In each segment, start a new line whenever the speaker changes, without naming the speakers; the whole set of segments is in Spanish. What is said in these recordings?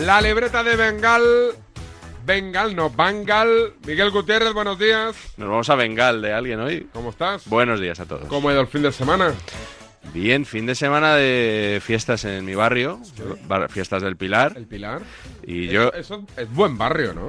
La libreta de Bengal. Bengal, no, Bangal. Miguel Gutiérrez, buenos días.
Nos vamos a Bengal de alguien hoy.
¿Cómo estás?
Buenos días a todos.
¿Cómo ha ido el fin de semana?
Bien, fin de semana de fiestas en mi barrio, bar- fiestas del Pilar.
El Pilar. Eh,
Y yo,
Eso es buen barrio, ¿no?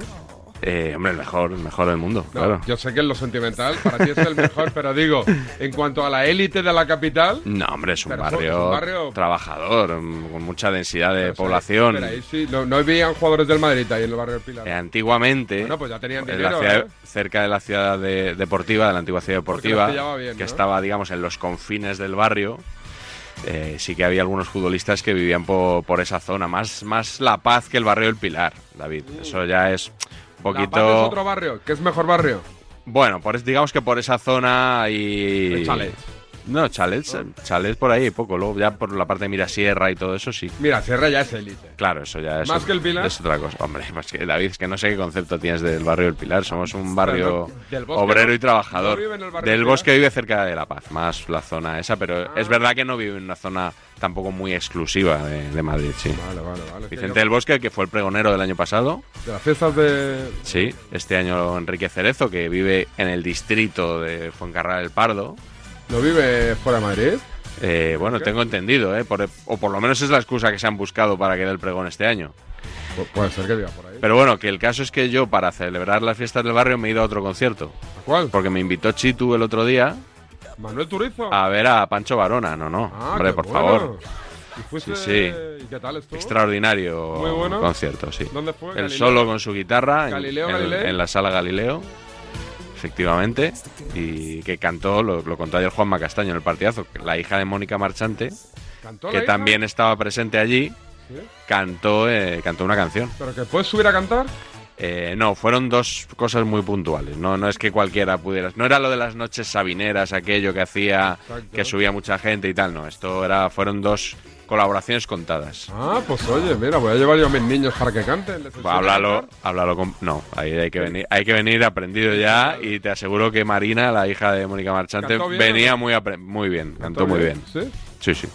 eh, hombre, el mejor, el mejor del mundo,
No,
claro.
Yo sé que es lo sentimental, para ti es el mejor, pero digo, en cuanto a la élite de la capital,
No, hombre, es un,
Pero es un-
barrio
es un barrio-
trabajador, mm, con mucha densidad de población.
Pero ahí sí, no, no habían jugadores del Madrid ahí en el barrio del Pilar.
Eh, antiguamente,
Bueno, pues ya tenían
en
dinero,
la ciudad-
¿eh?
cerca de la ciudad de- deportiva, de la antigua ciudad deportiva,
Porque las pillaba bien,
que
¿no?
estaba, digamos, en los confines del barrio, eh, sí que había algunos futbolistas que vivían po- por esa zona. Más, más La Paz que el barrio del Pilar, David. Eso ya es un
Mm. La Paz es
poquito...
otro barrio, que es mejor barrio.
Bueno, por, es- digamos que por esa zona y...
Hay chalets.
No, chalets, eh, chalets por ahí, poco. Luego ya por la parte de Mirasierra y todo eso, sí.
Mira, Sierra ya es élite.
Claro, eso ya es,
¿Más que el Pilar?
es otra cosa. Hombre, más que David, es que no sé qué concepto tienes del barrio del Pilar. Somos un barrio
no, del bosque
obrero
no-
y trabajador.
no vive en el barrio
del
del
bosque vive cerca de La Paz, más la zona esa, pero
Ah.
es verdad que no vive en una zona tampoco muy exclusiva de, de Madrid, sí.
Vale, vale, vale. Es que
Vicente
yo-
del Bosque, que fue el pregonero del año pasado,
De las fiestas de...
sí. Este año Enrique Cerezo, que vive en el distrito de Fuencarral del Pardo.
¿No vive fuera de Madrid?
Eh, bueno, tengo entendido, ¿eh? Por- o por lo menos es la excusa que se han buscado para que dé el pregón este año.
Pu- puede ser que viva por ahí.
Pero bueno, que el caso es que yo para celebrar las fiestas del barrio me he ido a otro concierto.
¿A cuál?
Porque me invitó Chitu el otro día
¿Manuel Turizo?
a ver a Pancho Barona. No, no.
Ah,
Hombre,
qué
por
bueno.
favor.
¿Y fuiste...
Sí, sí.
¿Y qué tal estuvo?
Extraordinario
Muy bueno.
concierto, sí.
¿Dónde fue?
El
Galileo?
solo con su guitarra en,
Galileo
en-
Galilei.
en la sala Galileo, efectivamente. Y que cantó, lo, lo contó ayer Juanma Castaño en el partidazo, que la hija de Mónica Marchante,
¿Cantó la
que
hija?
también estaba presente allí,
Sí.
cantó, eh, cantó una canción.
¿Pero que puedes subir a cantar?
Eh, no, fueron dos cosas muy puntuales. No, no es que cualquiera pudiera. No era lo de las noches sabineras, aquello que hacía,
Exacto.
que subía mucha gente y tal. No, esto era, fueron dos colaboraciones contadas.
Ah, pues oye, mira, voy a llevar yo a mis niños para que canten. Les enseño a
háblalo,
cantar.
háblalo con. No, ahí hay que venir, hay que venir aprendido ya. Y te aseguro que Marina, la hija de Mónica Marchante,
¿Cantó bien o
venía
no?
muy, apre- muy bien, cantó muy bien.
¿Sí?
Sí, sí.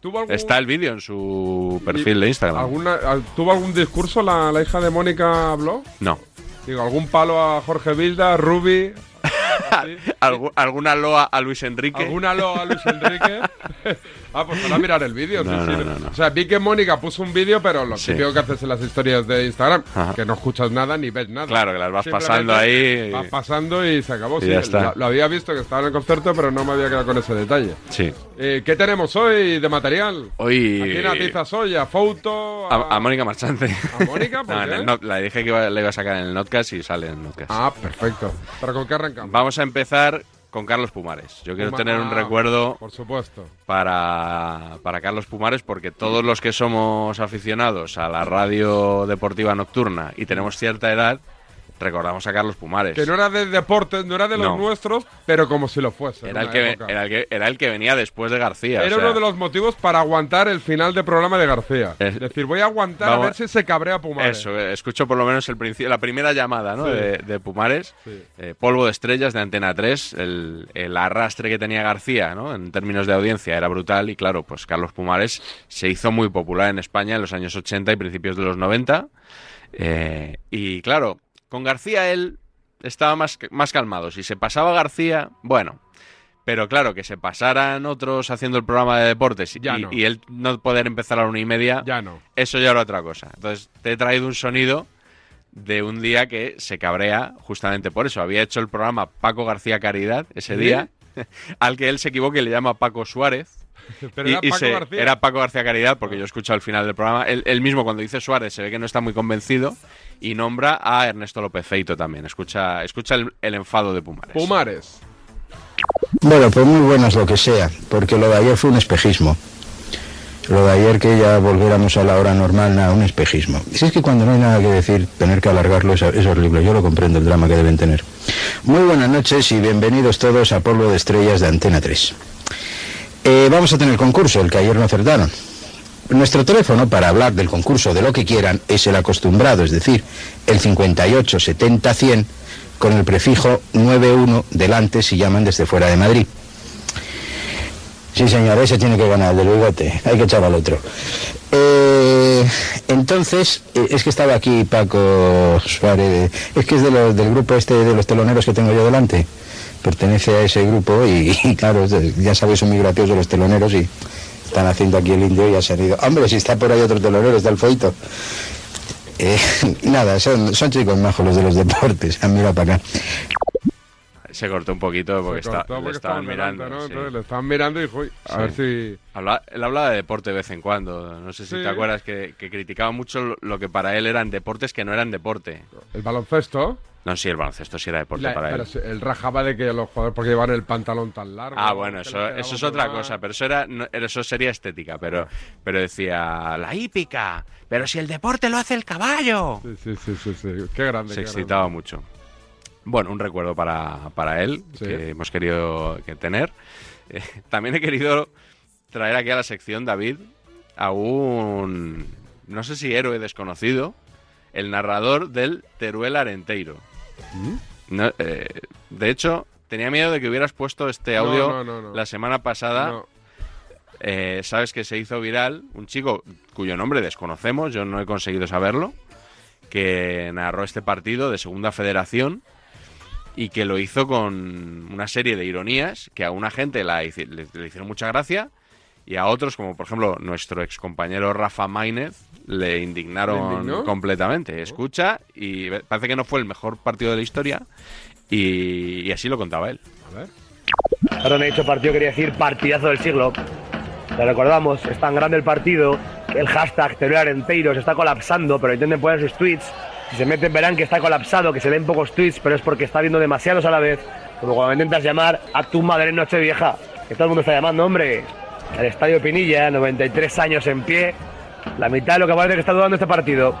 ¿Tuvo algún,
Está el vídeo en su perfil de Instagram.
alguna- al- ¿Tuvo algún discurso? ¿La, la hija de Mónica habló?
No.
Digo, ¿algún palo a Jorge Vilda, a Rubi? así?
Algu- ¿Alguna loa a Luis Enrique?
¿Alguna lo a Luis Enrique? ah, pues para mirar el vídeo. sí,
No,
sí.
no, no, no.
O sea, vi que Mónica puso un vídeo, pero lo
Sí.
típico que haces en las historias de Instagram,
Ajá.
que no escuchas nada ni ves nada.
Claro, que las vas
Simplemente
pasando ahí.
Vas pasando y se acabó.
Y
sí.
ya está.
Lo, lo había visto que estaba en el concierto, pero no me había quedado con ese detalle.
Sí.
Eh, ¿Qué tenemos hoy de material?
Hoy.
¿A quién atizas hoy? ¿A Fouto?
A, a Mónica Marchante.
¿A Mónica? ¿Por
No, en
qué?
el not- la dije que iba- la iba a sacar en el Notcast y sale en el Notcast.
Ah, perfecto. ¿Pero con qué arrancamos?
Vamos a empezar con Carlos Pumares. Yo quiero
Puma-
tener un
Ah,
recuerdo
Por supuesto.
para, para Carlos Pumares porque todos los que somos aficionados a la radio deportiva nocturna y tenemos cierta edad, recordamos a Carlos Pumares.
Que no era de deportes, no era de los
No.
nuestros, pero como si lo fuese. en
Era el,
una
que,
época.
era, el que, era el que venía después de García. o
Era
sea,
uno de los motivos para aguantar el final del programa de García.
Es-
Es decir, voy a aguantar
Vamos-
a ver si se cabrea Pumares.
Eso, eh, escucho por lo menos el principio, la primera llamada ¿no?
Sí.
de, de Pumares.
Sí.
Eh, Polvo de Estrellas de Antena 3, el, el arrastre que tenía García ¿no? en términos de audiencia era brutal y claro, pues Carlos Pumares se hizo muy popular en España en los años 80 y principios de los 90. Eh, y claro, con García él estaba más, más calmado. Si se pasaba García, bueno. Pero claro, que se pasaran otros haciendo el programa de deportes y,
Ya no.
y él no poder empezar a la una y media,
Ya no.
eso ya era otra cosa. Entonces, te he traído un sonido de un día que se cabrea justamente por eso. Había hecho el programa Paco García Caridad ese
¿Sí?
día, al que él se equivoca y le llama Paco Suárez.
Pero
y,
era
y
Paco
se-
García.
era Paco García Caridad, porque yo he escuchado al final del programa. Él, él mismo, cuando dice Suárez, se ve que no está muy convencido y nombra a Ernesto López Feito también. Escucha, escucha el, el enfado de Pumares.
Pumares.
Bueno, pues muy buenas lo que sea, porque lo de ayer fue un espejismo. Lo de ayer que ya volviéramos a la hora normal, nada, un espejismo. Si es que cuando no hay nada que decir, tener que alargarlo es, es horrible, yo lo comprendo el drama que deben tener. Muy buenas noches y bienvenidos todos a Polvo de Estrellas de Antena 3. Eh, vamos a tener concurso, el que ayer no acertaron. Nuestro teléfono para hablar del concurso de lo que quieran es el acostumbrado, es decir, el 58 70 100 con el prefijo 91 delante si llaman desde fuera de Madrid. Sí, señor, ese tiene que ganar, el del bigote. Hay que echar al otro. Eh, Eh, entonces, eh, es que estaba aquí Paco Suárez, es que es de los, del grupo este de los teloneros que tengo yo delante, pertenece a ese grupo y, y claro, ya sabéis, son migrativos de los teloneros y están haciendo aquí el indio y ya se han ido. Hombre, si está por ahí otro telonero, está el foito. Eh, nada, son, son chicos majos los de los deportes, mira para acá.
Se cortó un poquito porque, está, le estaban mirando.
¿no?
sí.
Entonces le estaban mirando y dijo, "Uy, a
Sí.
ver si...
Habla- él hablaba de deporte de vez en cuando. No sé si
Sí.
te acuerdas que, que criticaba mucho lo- lo que para él eran deportes que no eran deporte.
El baloncesto.
No, sí, el baloncesto sí era deporte
La-
para
pero
él.
se- el rajaba de que los jugadores porque llevan el pantalón tan largo.
Ah, bueno,
que
eso,
les
eso es
quedaba
otra
muy mal.
cosa, pero eso, era, no- eso sería estética, pero, pero decía la hípica, pero si el deporte lo hace el caballo.
Sí, sí, sí, sí, sí. Qué grande.
Se
qué grande.
excitaba mucho. Bueno, un recuerdo para, para él
Sí.
que hemos querido que tener. Eh, también he querido traer aquí a la sección, David, a un, no sé si héroe desconocido, el narrador del Teruel Arenteiro.
¿Mm?
No, eh, de hecho, tenía miedo de que hubieras puesto este
No,
audio
no, no, no.
la semana pasada.
No,
Eh, sabes que se hizo viral un chico cuyo nombre desconocemos, yo no he conseguido saberlo, que narró este partido de Segunda Federación y que lo hizo con una serie de ironías que a una gente la hici- le, le hicieron mucha gracia y a otros, como por ejemplo nuestro excompañero Rafa Maínez, le
¿Le
indignaron
indignó? Oh.
completamente. Escucha y ve- parece que no fue el mejor partido de la historia y- y así lo contaba él.
a ver.
Perdón, he dicho este partido, quería decir partidazo del siglo. Lo recordamos, es tan grande el partido que el hashtag Teruel Arenteiro se está colapsando, pero intenten poner sus tweets. Si se meten verán que está colapsado, que se leen pocos tweets, pero es porque está viendo demasiados a la vez. Como cuando intentas llamar a tu madre en Nochevieja, que todo el mundo está llamando, hombre. Al Estadio Pinilla, 93 años en pie, la mitad de lo que parece que está dudando este partido.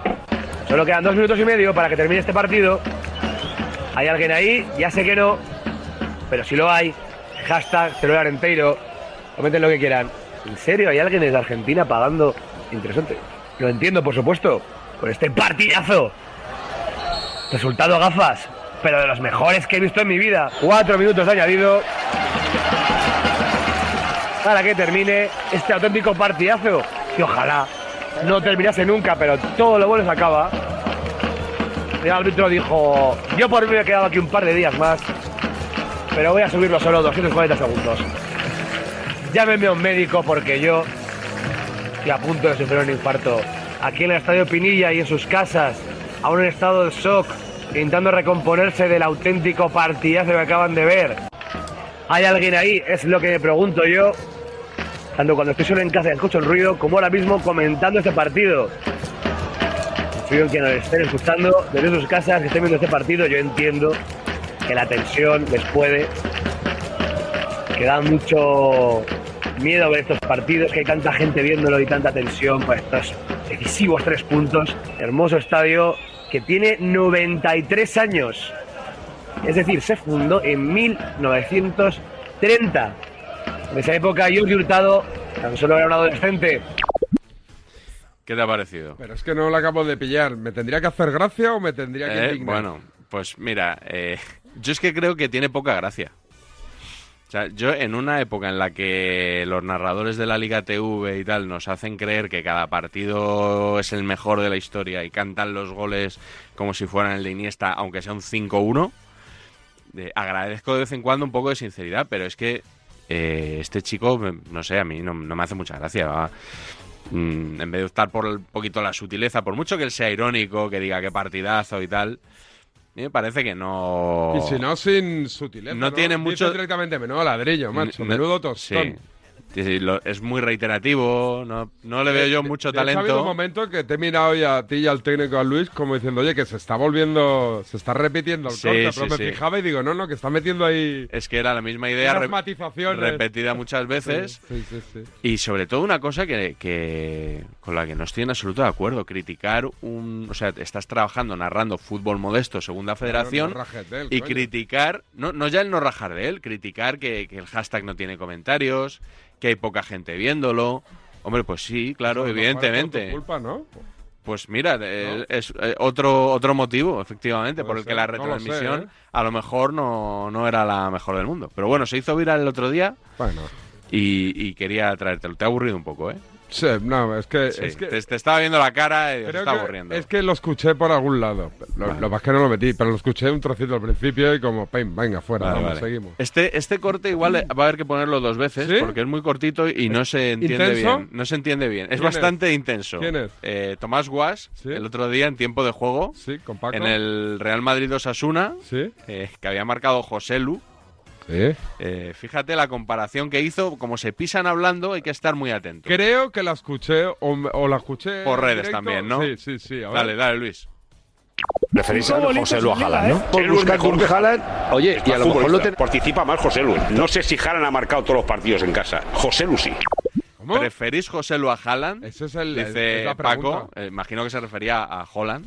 Solo quedan dos minutos y medio para que termine este partido. ¿Hay alguien ahí? Ya sé que no, pero si lo hay, hashtag celular entero, comenten lo que quieran. ¿En serio hay alguien desde Argentina pagando? Interesante. Lo entiendo, por supuesto, con este partidazo. Resultado gafas, pero de los mejores que he visto en mi vida. Cuatro minutos de añadido para que termine este auténtico partidazo. Que ojalá no terminase nunca, pero todo lo bueno se acaba. El árbitro dijo, yo por mí me he quedado aquí un par de días más pero voy a subirlo solo 240 segundos. Llámeme a un médico porque yo estoy a punto de sufrir un infarto. Aquí en el Estadio Pinilla y en sus casas, aún en estado de shock, intentando recomponerse del auténtico partidazo que acaban de ver. ¿Hay alguien ahí? Es lo que me pregunto yo. Tanto cuando estoy solo en casa y escucho el ruido, como ahora mismo comentando este partido. Confío en que nos estén escuchando desde sus casas, que estén viendo este partido. Yo entiendo que la tensión les puede, que da mucho miedo ver estos partidos, que hay tanta gente viéndolo y tanta tensión por estos decisivos tres puntos. Hermoso estadio que tiene 93 años. Es decir, se fundó en 1930. En esa época Jordi Hurtado tan solo era un adolescente.
¿Qué te ha parecido?
Pero es que no lo acabo de pillar. ¿Me tendría que hacer gracia o me tendría que
Eh,
indignar?
bueno, pues mira, eh, yo es que creo que tiene poca gracia. O sea, yo en una época en la que los narradores de la Liga TV y tal nos hacen creer que cada partido es el mejor de la historia y cantan los goles como si fueran el de Iniesta, aunque sea un 5-1, de- agradezco de vez en cuando un poco de sinceridad, pero es que eh, este chico, me- no sé, a mí no, no me hace mucha gracia. va. Mm, en vez de optar por un poquito la sutileza, por mucho que él sea irónico, que diga qué partidazo y tal, a mí me parece que no...
Y si no, sin sutileza.
No tiene
Dice
mucho-
directamente, menudo ladrillo, macho.
Mm, No-
menudo tostón.
sí. Sí, sí, lo- es muy reiterativo, no, no le veo yo mucho
De hecho, Eh, Ha habido un
talento.
momento que te he mirado y a ti y al técnico, a Luis, como diciendo, oye, que se está volviendo, se está repitiendo el
Sí,
corte.
sí,
pero
sí.
me fijaba y digo, no, no, que está metiendo ahí
Es que era la misma idea
unas
re-
matizaciones.
repetida muchas veces.
Sí, sí, sí.
Y sobre todo una cosa que, que- con la que no estoy en absoluto de acuerdo, criticar un... O sea, estás trabajando, narrando fútbol modesto, segunda federación,
No, no rajes de él,
y
coño.
criticar, no, no ya el no rajar de él, criticar que, que el hashtag no tiene comentarios, que hay poca gente viéndolo. Hombre, pues sí, claro,
A lo mejor es por tu
evidentemente.
culpa, ¿no?
Pues mira, eh, es eh, otro otro motivo, efectivamente,
Puede
por el
ser,
que la
no lo sé,
retransmisión
¿eh?
a lo mejor no, no era la mejor del mundo. Pero bueno, se hizo viral el otro día
Bueno.
y, y quería traértelo. Te ha aburrido un poco, ¿eh?
Sí, no, es que.
Sí,
Eh, es que-
te, te estaba viendo la cara y os
creo
estaba
que-
aburriendo.
es que lo escuché por algún lado. Lo,
Vale.
lo más que no lo metí, pero lo escuché un trocito al principio y como, pim, venga, fuera,
Vale,
vamos,
vale.
seguimos. Mm.
Este, este corte igual va a haber que ponerlo dos veces
¿Sí?
porque es muy cortito y no se entiende
¿Intenso?
bien. No se entiende bien. Es
¿Quién
bastante intenso.
¿Quién es?
Eh, Tomás Guas,
¿Sí?
el otro día en tiempo de juego,
Sí, con Paco.
en el Real Madrid Osasuna,
Sí.
eh, que había marcado José Lu.
Sí.
eh, fíjate la comparación que hizo, como se pisan hablando, hay que estar muy atento.
Creo que la escuché o, o la escuché.
Por
en
redes
directo.
también, ¿no?
Sí, sí, sí. a ver.
Dale, dale, Luis.
Referís a José Lu a
¿eh?
Haaland, ¿no?
¿eh? Por buscar con Haaland,
Oye, y a lo mejor lo
futbolista.
ten- participa más José Lu. No sé si Haaland ha marcado todos los partidos en casa. José Lu sí.
¿Cómo?
¿Preferís José Lu a Haaland?
Ese es el. es
Dice
la
Paco,
pregunta.
eh, imagino que se refería a Holland.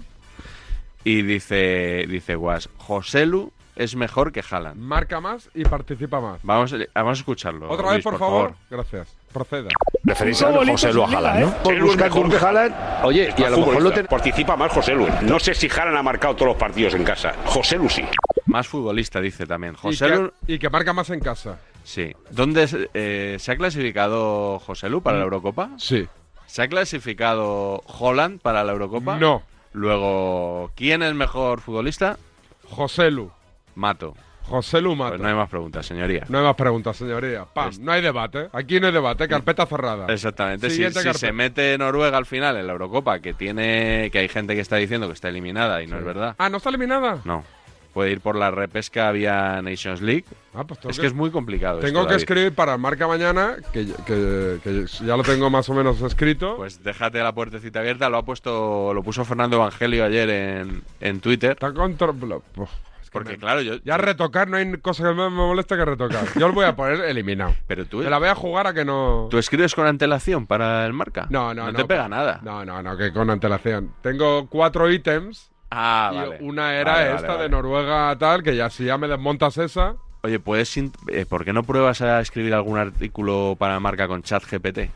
Y dice, dice Guas, Joselu es mejor que Haaland.
Marca más y participa más.
Vamos, eh, vamos a escucharlo.
Otra vez,
Luis,
por, favor. Gracias. Proceda.
Referís a José Lu a Haaland,
¿eh?
¿no? Por buscar con Haaland,
Oye, y a lo mejor lo ten-
participa más José Lu. No sé si Haaland ha marcado todos los partidos en casa. José Lu sí.
Más futbolista, dice también.
Y
Joselu,
que- y que marca más en casa.
sí. ¿Dónde se- eh, se ha clasificado Joselu para la Eurocopa?
Sí.
¿Se ha clasificado Holland para la Eurocopa?
No.
Luego, ¿quién es mejor futbolista?
José Lu.
Mato.
José Lu Mata.
Pues no hay más preguntas, señoría.
No hay más preguntas, señoría. Pam, no hay debate. Aquí no hay debate, carpeta cerrada.
Exactamente. Si,
Siguiente
si
carpeta.
se mete Noruega al final en la Eurocopa, que tiene, que hay gente que está diciendo que está eliminada y no es verdad.
Ah, ¿no está eliminada?
No. Puede ir por la repesca vía Nations League.
Ah, pues tengo
Es que es muy complicado. esto,
tengo que
David.
escribir para Marca Mañana, que, que- que ya lo tengo más o menos escrito.
Pues déjate la puertecita abierta. Lo ha puesto, lo puso Fernando Evangelio ayer en, en Twitter.
Está contra... blo- Uf, es que
Porque
me-
claro, yo.
Ya retocar, no hay cosa que más me moleste que retocar. Yo lo voy a poner eliminado.
pero tú,
Me la voy a jugar a que no...
tú escribes con antelación para el marca.
No, no, no.
No te pega nada.
No, no, no, que con antelación. Tengo cuatro ítems.
Ah,
y
vale.
una era
Vale, vale,
esta
vale.
de Noruega tal, que ya si ya me desmontas esa...
Oye, puedes. in- eh, ¿Por qué no pruebas a escribir algún artículo para marca con chat GPT?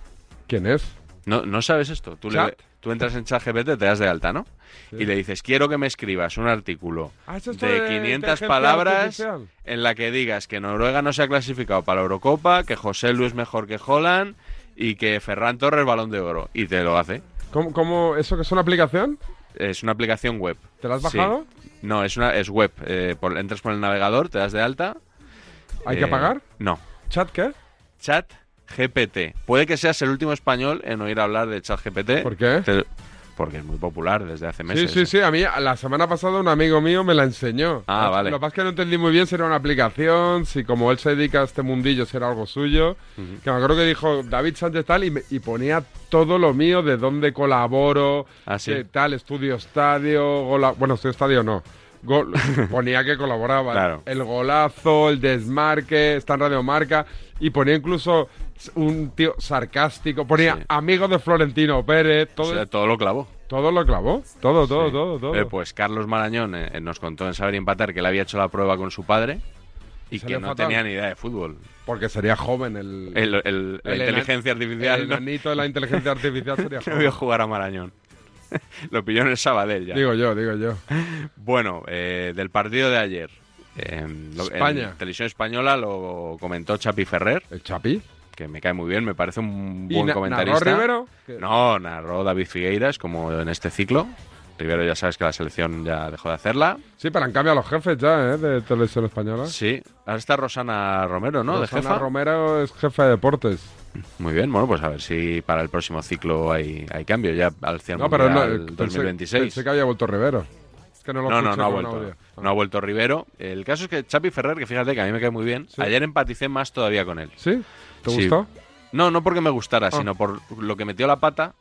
¿Quién es?
No, no sabes esto. Tú, le-
Chat.
tú entras en ChatGPT, te das de alta, ¿no?
Sí.
Y le dices, quiero que me escribas un artículo
Ah, ¿es esto
de
de
500
inteligencia
palabras
artificial?
en la que digas que Noruega no se ha clasificado para la Eurocopa, que José Luis es mejor que Holland y que Ferran Torres balón de oro. Y te lo hace.
¿Cómo, cómo, eso que es una aplicación?
Es una aplicación web.
¿Te la has
Sí.
bajado?
No, es, una, es web. Eh, por- entras por el navegador, te das de alta.
¿Hay
Eh,
que pagar?
No.
¿Chat qué?
Chat GPT. Puede que seas el último español en oír hablar de Chat GPT.
¿Por qué?
porque es muy popular desde hace
Sí,
meses.
sí, sí. A mí la semana pasada un amigo mío me la enseñó.
Ah,
Lo-
vale.
Lo que pasa es que no entendí muy bien si era una aplicación, si como él se dedica a este mundillo, si era algo suyo. Que me acuerdo que dijo David Sánchez tal y, me- y ponía todo lo mío de dónde colaboro,
Ah, sí.
qué tal, estudio estadio, gola- bueno, estudio estadio no. Gol- ponía que colaboraba.
Claro.
El golazo, el desmarque, está en Radio Marca y ponía incluso un tío sarcástico, ponía
Sí.
amigo de Florentino Pérez, todo,
O sea, todo lo clavó.
todo lo clavó, todo, todo,
Sí.
todo, todo.
Eh, pues Carlos Marañón eh, eh, nos contó en Saber y Empatar que le había hecho la prueba con su padre y
Se
que
le
no
fatal.
tenía ni idea de fútbol.
Porque sería joven el.
El- el- la
El enan-
inteligencia artificial
el
no,
enanito de la inteligencia artificial sería
no vio
joven.
jugar a Marañón. lo pilló en el Sabadell ya.
Digo yo, digo yo.
Bueno, eh, del partido de ayer. en lo- en
España.
Televisión Española lo comentó Chapi Ferrer,
El Chapi.
que me cae muy bien, me parece un
¿Y
buen
Na-
comentarista.
narró Rivero? Que-
No, narró David Figueiras, como en este ciclo. Rivero ya sabes que la selección ya dejó de hacerla.
Sí, pero han cambiado los jefes ya, ¿eh? De Televisión Española.
Sí, ahora está Rosana Romero, ¿no?
Rosana
de jefa.
Romero es jefe de deportes.
Muy bien, bueno, pues a ver si para el próximo ciclo hay, hay cambio ya al cierre
No, pero no. eh, pensé-
2026.
Pensé que había vuelto Rivero. Es que no lo
no, no,
escuché
no ha
con
vuelto.
audio.
No ha vuelto Rivero. El caso es que Chapi Ferrer, que fíjate que a mí me cae muy bien,
Sí.
ayer empaticé más todavía con él.
¿Sí? ¿Te
Sí.
gustó?
No, no porque me gustara,
Ah.
sino por lo que metió la pata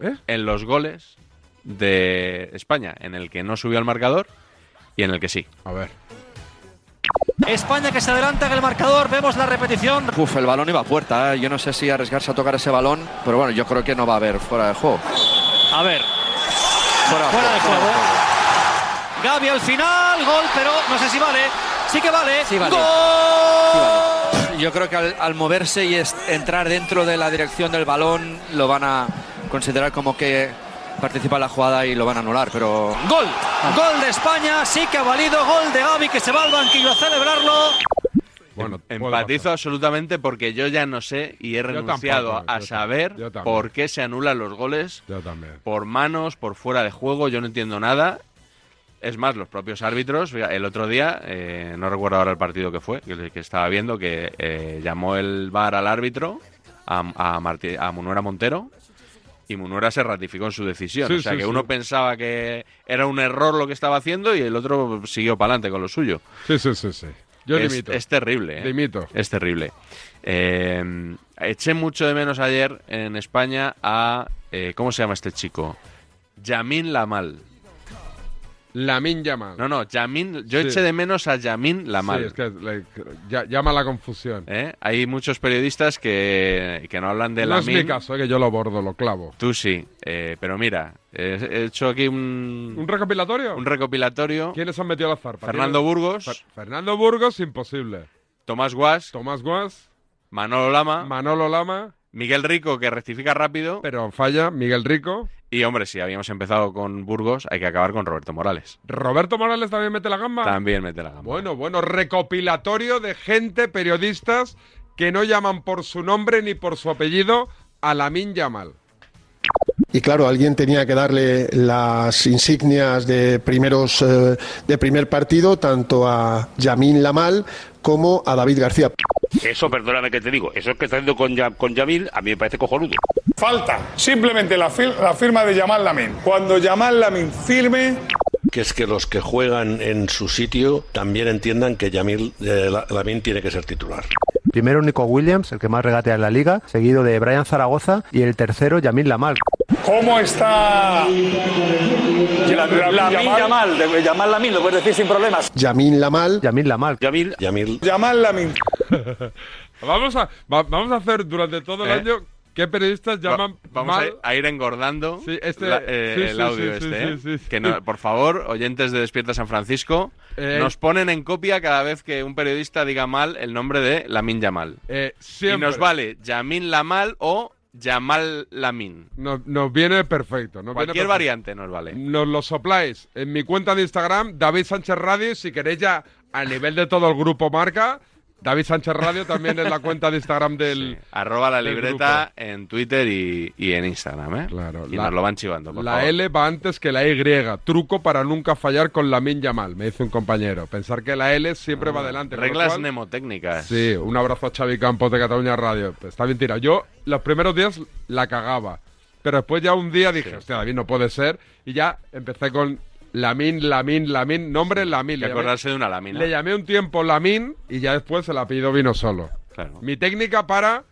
¿Eh?
en los goles de España, en el que no subió al marcador y en el que sí.
A ver.
España que se adelanta en el marcador, vemos la repetición.
Uf, el balón iba a puerta. ¿eh? Yo no sé si arriesgarse a tocar ese balón, pero bueno, yo creo que no va a haber fuera de juego.
A ver,
Fuera,
fuera de juego. Gaby al final, gol, pero no sé si vale. Sí que vale.
Sí vale.
¡Gol!
Yo creo que al, al moverse y est- entrar dentro de la dirección del balón, lo van a considerar como que participa en la jugada y lo van a anular, pero
Gol. Gol de España, sí que ha valido. Gol de Gaby que se va al banquillo a celebrarlo.
Bueno, puedo
Em, Empatizo absolutamente porque yo ya no sé y he renunciado
tampoco,
a
yo
saber
también, yo también.
por qué se anulan los goles
Yo también.
por manos, por fuera de juego, yo no entiendo nada. Es más, los propios árbitros, fija- el otro día, eh, no recuerdo ahora el partido que fue, que, que estaba viendo, que eh, llamó el VAR al árbitro, a, a, Martí- a Munuera Montero, y Munuera se ratificó en su decisión.
Sí,
o sea,
sí,
que
sí.
uno pensaba que era un error lo que estaba haciendo y el otro siguió para adelante con lo suyo.
Sí, sí, sí, sí. Yo
es,
limito.
es terrible. ¿eh?
Limito.
Es terrible. Eh, eché mucho de menos ayer en España a. eh, ¿Cómo se llama este chico? Yamin Lamal.
Lamin llama.
No, no, Yamin. Yo
Sí.
eché de menos a Yamin Lamal.
Sí, es que le- ya- llama la confusión.
¿eh? Hay muchos periodistas que, que no hablan de
no es
Lamin.
mi caso, eh, que yo lo bordo, lo clavo.
Tú sí. eh, pero mira, eh, he hecho aquí
¿Un
un,
recopilatorio?
un recopilatorio.
¿Quiénes han metido la zarpa?
Fernando
¿Quiénes?
Burgos,
Fer- Fernando Burgos, imposible.
Tomás Guas,
Tomás Guas,
Manolo Lama,
Manolo Lama,
Miguel Rico, que rectifica rápido.
pero falla, Miguel Rico.
Y hombre, si habíamos empezado con Burgos, hay que acabar con Roberto Morales.
Roberto Morales también mete la gamba.
También mete la gamba.
Bueno, bueno, recopilatorio de gente, periodistas, que no llaman por su nombre ni por su apellido a Lamin Yamal.
Y claro, alguien tenía que darle las insignias de primeros eh, de primer partido tanto a Yamín Lamal como a David García.
Eso, perdóname que te digo, eso es que está haciendo con, Ya- con Yamil, a mí me parece cojonudo.
Falta simplemente la, fir- la firma de Yamal Lamin. Cuando Yamal Lamin firme,
que es que los que juegan en su sitio también entiendan que Yamil eh, La- Lamin tiene que ser titular.
Primero Nico Williams, el que más regatea en la liga, seguido de Brian Zaragoza y el tercero Yamil Lamal.
¿cómo está Yamal? Yamal, Yamal Lamin, lo puedes decir sin problemas.
Yamín Lamal.
Yamil Lamal.
Yamil.
Yamil.
Yamal Lamin.
Vamos a, va- vamos a hacer durante todo el
¿Eh?
año qué periodistas
Va-
llaman
Vamos a
mal.
ir- a ir engordando
Sí, este-
la- eh,
sí,
el
sí,
audio
sí,
este.
sí,
¿eh?
sí, sí,
que
sí.
no- por favor, oyentes de Despierta San Francisco,
Eh.
nos ponen en copia cada vez que un periodista diga mal el nombre de Lamin Yamal.
Eh, siempre.
Y nos vale Yamin Lamal o Yamal Lamin.
Nos, nos viene perfecto. Nos
Cualquier
viene perfecto.
variante nos vale.
Nos lo sopláis en mi cuenta de Instagram, David Sánchez Radio. y Si queréis ya a nivel de todo el grupo marca, David Sánchez Radio también es la cuenta de Instagram del.
Arroba la
del
libreta en Twitter y, y en Instagram, ¿eh?
Claro,
y
la-
nos lo van chivando, por
La
favor.
L va antes que la Y. Truco para nunca fallar con la min mal, me dice un compañero. Pensar que la L siempre va adelante. con lo
Ah, Reglas
cual-
mnemotécnicas.
Sí, un abrazo a Xavi Campos de Cataluña Radio. Está bien tirado. Yo los primeros días la cagaba. Pero después ya un día dije, hostia, David, no puede ser. Y ya empecé con Lamin, Lamin, Lamin, nombre
Hay
Lamin.
que
Le llamé,
acordarse de una ¿eh? lámina.
le llamé un tiempo Lamin y ya después el apellido vino solo.
Claro.
Mi técnica para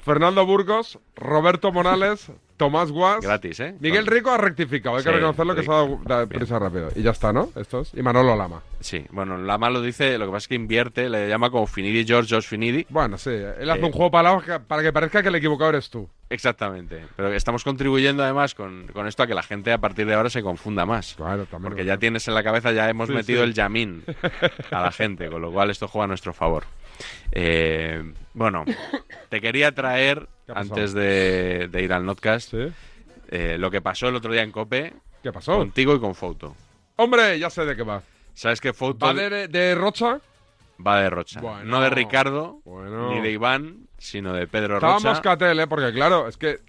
Fernando Burgos, Roberto Morales, Tomás Guas.
Gratis, ¿eh?
Miguel Rico ha rectificado, hay que
Sí,
reconocerlo que se ha dado
Rico.
da prisa rápido. Y ya está, ¿no? Estos. Y Manolo Lama.
Sí, bueno, Lama lo dice, lo que pasa es que invierte, le llama como Finidi George, George Finidi.
Bueno, sí, él hace
Eh.
un juego para, la- para que parezca que el equivocado eres tú.
Exactamente. Pero estamos contribuyendo además con, con esto a que la gente a partir de ahora se confunda más.
Claro, también.
Porque ya tienes en la cabeza, ya hemos
Sí,
metido
sí.
el Yamin a la gente, con lo cual esto juega a nuestro favor. Eh, bueno, te quería traer,
¿Qué ha pasado?
antes de, de ir al Notcast,
¿Sí?
eh, lo que pasó el otro día en Cope
¿Qué pasó?
contigo y con Fouto.
Hombre, ya sé de qué va.
¿Sabes que Fouto
¿Va de, de Rocha?
va de Rocha?
Bueno.
no de Ricardo,
Bueno.
ni de Iván, sino de Pedro
Estaba
Rocha.
Moscatel, ¿eh? Porque claro, es que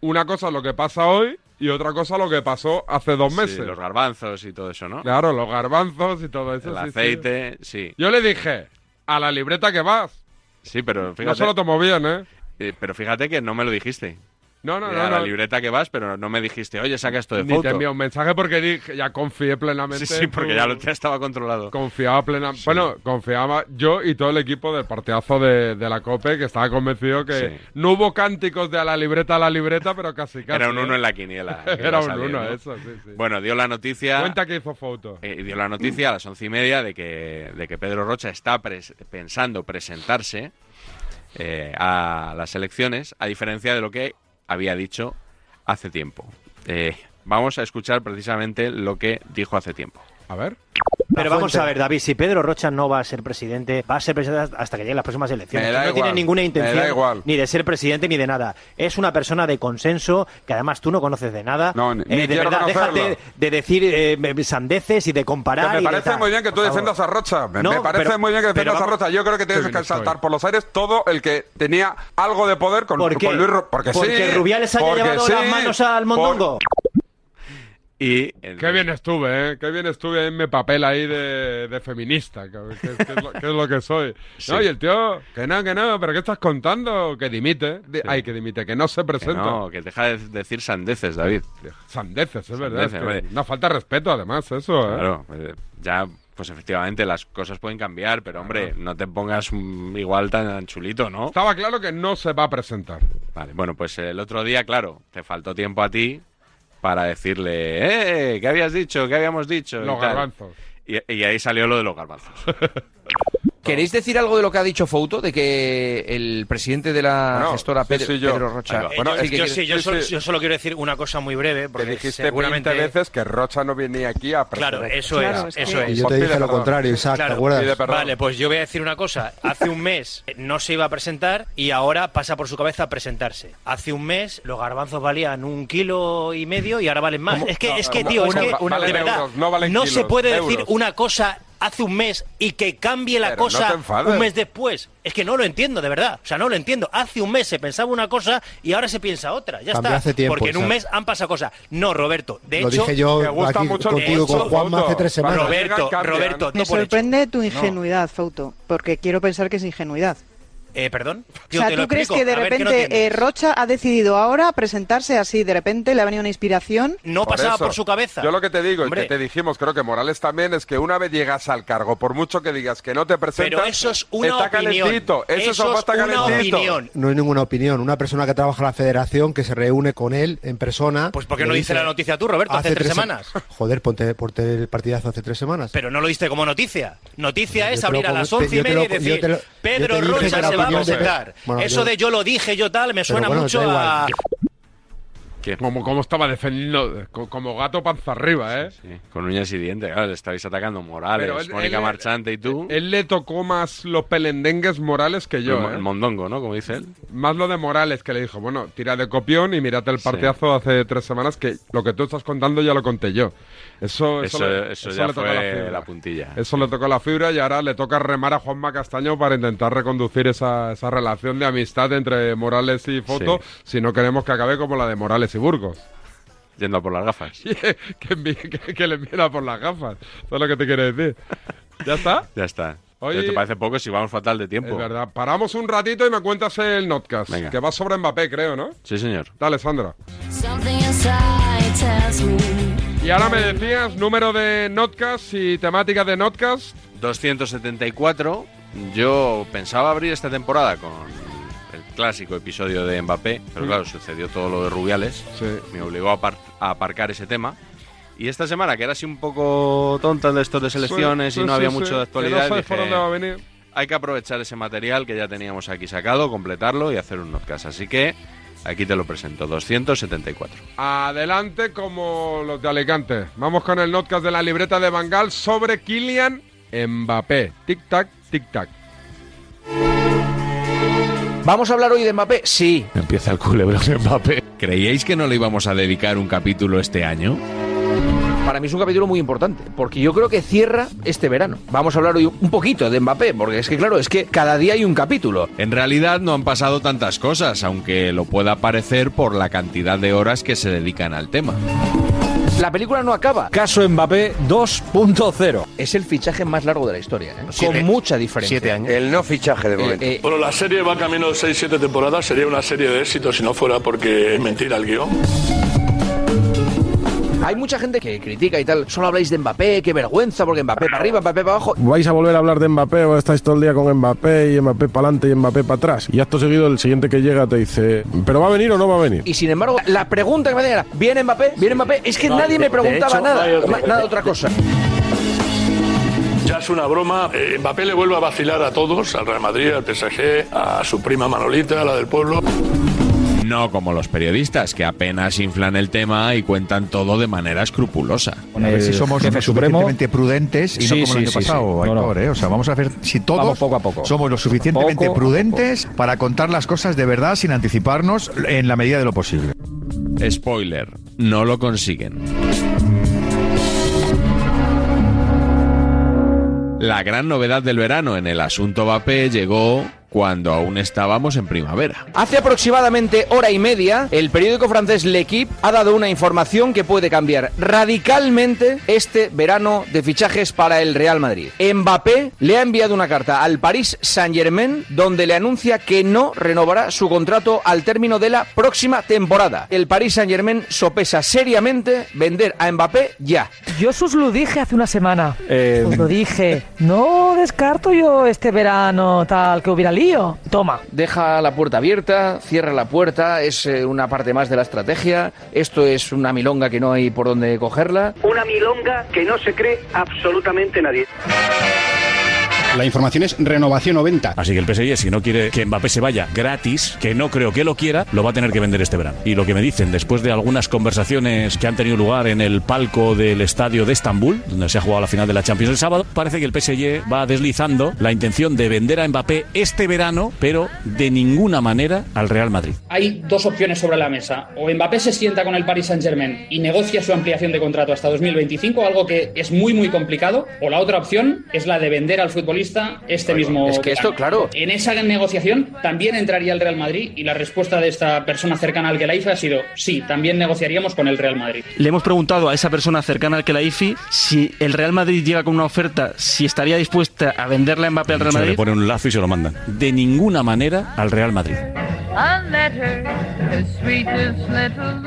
una cosa es lo que pasa hoy y otra cosa lo que pasó hace dos
Sí,
meses.
los garbanzos y todo eso, ¿no?
Claro, los garbanzos y todo eso.
el
sí, sí.
aceite, sí.
Yo le dije, a la libreta que vas.
Sí, pero
No
fíjate,
se lo tomó bien, ¿eh?
eh, pero fíjate que no me lo dijiste. Eh,
No, no,
a
no.
la
no.
libreta que vas, pero no me dijiste, oye, saca esto de
Ni te
foto.
envió un mensaje porque dije, ya confié plenamente.
Sí, sí,
en
porque
tu-
ya lo ya estaba controlado.
Confiaba plenamente. Bueno, confiaba yo y todo el equipo del partidazo de, de la COPE, que estaba convencido que
Sí.
no hubo cánticos de a la libreta a la libreta, pero casi casi.
Era un
¿eh?
uno en la quiniela. que iba
Era
a
un
salir,
uno,
¿no?
eso, sí, sí.
Bueno, dio la noticia.
Cuenta que hizo foto.
eh, dio la noticia a las once y media de que, de que Pedro Rocha está pres- pensando presentarse eh, a las elecciones, a diferencia de lo que había dicho hace tiempo. Eh, vamos a escuchar precisamente lo que dijo hace tiempo.
A ver.
Pero vamos
Fuente.
a ver, David, si Pedro Rocha no va a ser presidente, va a ser presidente hasta que lleguen las próximas elecciones.
Me da
no
igual,
tiene ninguna
me da
intención
igual.
ni de ser presidente ni de nada. Es una persona de consenso que además tú no conoces de nada.
ni
Eh, de
quiero
verdad,
conocerlo.
déjate de decir eh, sandeces y de comparar.
Que me
y de
parece
tal.
muy bien que tú
Por favor.
defiendas a Rocha. Me,
No,
me parece
pero-
muy bien que
pero
defiendas a
vamos-
Rocha. Yo creo que tienes
Qué bien
que saltar por los aires todo el que tenía algo de poder con,
¿Por qué?
con Luis Ro- Porque,
Porque
sí.
Rubiales haya
porque
llevado las
sí,
manos al mondongo.
Y
Qué bien estuve, ¿eh? Qué bien estuve en mi papel ahí de, de feminista, que, que- que es lo, que es lo que soy.
Sí.
No, y el tío, que no, que no, pero ¿qué estás contando? Que dimite. Di- Ay, que dimite, que no se
Que
presenta.
no, que deja de decir sandeces, David.
Sandeces, es verdad.
Sandeces,
es que
hombre.
una falta de respeto, además, eso, ¿eh?
Claro, eh, ya, pues efectivamente las cosas pueden cambiar, pero hombre, no te pongas mm, igual tan chulito, ¿no?
Estaba claro que no se va a presentar.
Vale, bueno, pues el otro día, claro, te faltó tiempo a ti para decirle, ¡eh! ¿Qué habías dicho? ¿Qué habíamos dicho?
Los
y tal.
garbanzos.
Y, y ahí salió lo de los garbanzos.
¿Queréis decir algo de lo que ha dicho Fouto? De que el presidente de la
Bueno,
gestora
sí,
Pedro,
sí, yo.
Pedro Rocha.
Ahí va.
Eh,
Bueno,
Sí,
es
que
que yo
quiere-
sí, yo solo- yo
solo quiero decir una cosa muy breve,
Te
porque
dijiste
seguramente...
20 veces que Rocha no venía aquí a
Claro,
presentar.
eso es, Claro, es eso que- es.
Y yo te
Pide
dije lo
perdón.
contrario, Isaac, ¿te
Claro.
acuerdas?
Vale, pues yo voy a decir una cosa. Hace un mes eh, no se iba a presentar y ahora pasa por su cabeza a presentarse. Hace un mes los garbanzos valían un kilo y medio y ahora valen más. Es que,
No,
es que,
no,
tío,
una-
es que,
una-
de
valen
verdad,
euros, no valen
se
kilos,
puede decir
euros.
una cosa hace un mes y que cambie la
Pero no te
cosa
enfades.
un mes después. Es que no lo entiendo, de verdad. O sea, no lo entiendo. Hace un mes se pensaba una cosa y ahora se piensa otra. Ya
Cambió
está.
hace tiempo,
porque en un
Isaac.
mes han pasado cosas. No, Roberto. De
Lo
hecho,
dije yo Me gusta aquí mucho el contigo, con concepto, Juanma, hace tres semanas.
Roberto,
Cambian.
Roberto, no
Me
por hecho.
sorprende tu ingenuidad, Fouto, porque quiero pensar que es ingenuidad.
Eh, perdón.
o
Tío,
sea,
te lo
¿tú crees
explico.
que de
A ver, ¿qué no
repente eh,
entiendes?
Rocha ha decidido ahora presentarse así? ¿De repente le ha venido una inspiración?
No pasaba por su cabeza.
Yo lo que te digo,
Hombre.
y que te dijimos, creo que Morales también, es que una vez llegas al cargo, por mucho que digas que no te presentas,
Pero eso es una
está
opinión.
calentito. Eso,
Eso es
está
una
calentito.
opinión.
No hay ninguna opinión. Una persona que trabaja en la federación, que se reúne con él en persona. Pues
¿Por qué no dice la noticia tú, Roberto? Hace, tres semanas.
Joder, ponte, ponte el partidazo hace tres semanas.
Pero no lo diste como noticia. Noticia
Yo
es
te lo
abrir a
pongo-
las
te-
once y
yo te lo-
media y
yo te lo-
decir
yo te
Pedro
dije que
Rocha se
la
va a
opinión de-
presentar.
Bueno,
Eso
yo-
de yo lo dije, yo tal, me suena
bueno,
mucho
da igual.
a...
Como, como estaba defendiendo, co- como gato panza arriba, ¿eh?
Con uñas y dientes, claro, le estabais atacando
Pero
Morales,
él-
Mónica
él-
Marchante y tú.
Él le tocó más los pelendengues Morales que yo,
el, mo-
¿eh?
el mondongo, ¿no? Como dice él.
Más lo de Morales, que le dijo, bueno, tira de copión y mírate el partidazo hace tres semanas, que lo que tú estás contando ya lo conté yo. Eso, eso,
Eso,
le-
eso
eso
ya
le tocó
fue
la fibra.
la, puntilla.
Eso le tocó la fibra y ahora le toca remar a Juanma Castaño para intentar reconducir esa, esa relación de amistad entre Morales y Foto, si no queremos que acabe como la de Morales y Burgos.
Yendo a por las gafas.
que, envi- que- que le mira por las gafas. Eso es lo que te quiere decir. ¿Ya está?
Ya está.
Hoy-
Pero ¿Te parece poco si vamos fatal de tiempo?
Es verdad. Paramos un ratito y me cuentas el notcast.
Venga.
Que va sobre Mbappé, creo, ¿no?
Sí, señor.
Dale, Sandra.
Something inside tells me.
Y ahora me decías número de notcast y temática de notcast.
274. Yo pensaba abrir esta temporada con el clásico episodio de Mbappé, pero
Mm.
claro, sucedió todo lo de Rubiales. Me obligó a, apar- a aparcar ese tema. Y esta semana, que era así un poco tonta de estos de selecciones
Sí,
y
sí,
no había
sí,
mucho
sí.
de
Que
actualidad,
no sabes por
dije,
dónde va a venir.
hay que aprovechar ese material que ya teníamos aquí sacado, completarlo y hacer un podcast. Así que aquí te lo presento, 274.
Adelante como los de Alicante. Vamos con el notcast de la libreta de Bangal sobre Kylian Mbappé. Tic-tac, tic-tac.
¿Vamos a hablar hoy de Mbappé? Sí.
Empieza el culebro de Mbappé. ¿Creíais que no le íbamos a dedicar un capítulo este año?
Para mí es un capítulo muy importante, porque yo creo que cierra este verano. Vamos a hablar hoy un poquito de Mbappé, porque es que claro, es que cada día hay un capítulo.
En realidad no han pasado tantas cosas, aunque lo pueda parecer por la cantidad de horas que se dedican al tema.
La película no acaba.
Caso Mbappé 2.0.
Es el fichaje más largo de la historia, ¿eh?
Siete.
con mucha diferencia. Eh,
Siete años.
El no fichaje de
momento. Bueno, la serie va camino de 6-7 temporadas, sería una serie de éxitos si no fuera porque es mentira el guión.
Hay mucha gente que critica y tal. Solo habláis de Mbappé, qué vergüenza, porque Mbappé para arriba, Mbappé para abajo.
¿Vais a volver a hablar de Mbappé o estáis todo el día con Mbappé y Mbappé para adelante y Mbappé para atrás? Y acto seguido el siguiente que llega te dice, Eh, ¿pero va a venir o no va a venir?
Y sin embargo, la pregunta que me hacían era, ¿viene Mbappé? ¿Viene Mbappé? Es que
No,
nadie
de-
me
de
preguntaba
hecho,
nada,
no hay otro-
ma- nada de otra cosa.
Ya es una broma, eh, Mbappé le vuelve a vacilar a todos, al Real Madrid, al PSG, a su prima Manolita, a la del pueblo.
No como los periodistas, que apenas inflan el tema y cuentan todo de manera escrupulosa.
a
Eh,
Eh,
ver si somos lo suficientemente prudentes y
Sí,
no como
sí,
el año
sí,
pasado,
sí. No, no.
Aitor, ¿eh? O sea, vamos a ver si todos
Vamos poco a poco.
somos lo suficientemente
Poco a
prudentes para contar las cosas de verdad sin anticiparnos en la medida de lo posible.
Spoiler, no lo consiguen. La gran novedad del verano en el asunto Mbappé llegó cuando aún estábamos en primavera.
Hace aproximadamente hora y media, el periódico francés L'Equipe ha dado una información que puede cambiar radicalmente este verano de fichajes para el Real Madrid. Mbappé le ha enviado una carta al Paris Saint-Germain donde le anuncia que no renovará su contrato al término de la próxima temporada. El Paris Saint-Germain sopesa seriamente vender a Mbappé ya.
Yo sus lo dije hace una semana. Os lo dije. No descarto yo este verano tal que hubiera lío. Toma.
Deja la puerta abierta, cierra la puerta, es eh, una parte más de la estrategia. Esto es una milonga que no hay por dónde cogerla.
Una milonga que no se cree absolutamente nadie.
La información es renovación o venta.
Así que el PSG, si no quiere que Mbappé se vaya gratis, que no creo que lo quiera, lo va a tener que vender este verano. Y lo que me dicen, después de algunas conversaciones que han tenido lugar en el palco del estadio de Estambul, donde se ha jugado la final de la Champions el sábado, parece que el PSG va deslizando la intención de vender a Mbappé este verano, pero de ninguna manera al Real Madrid.
Hay dos opciones sobre la mesa. O Mbappé se sienta con el Paris Saint-Germain y negocia su ampliación de contrato hasta 2025, algo que es muy, muy complicado. O la otra opción es la de vender al futbolista este mismo.
es que esto,
claro. En esa negociación también entraría el Real Madrid y la respuesta de esta persona cercana al que la hizo ha sido: sí, también negociaríamos con el Real Madrid.
Le hemos preguntado a esa persona cercana al que la IFI si el Real Madrid llega con una oferta, si estaría dispuesta a venderla a Mbappé al Real
Se le
Madrid.
pone un lazo y se lo mandan. De ninguna manera al Real Madrid.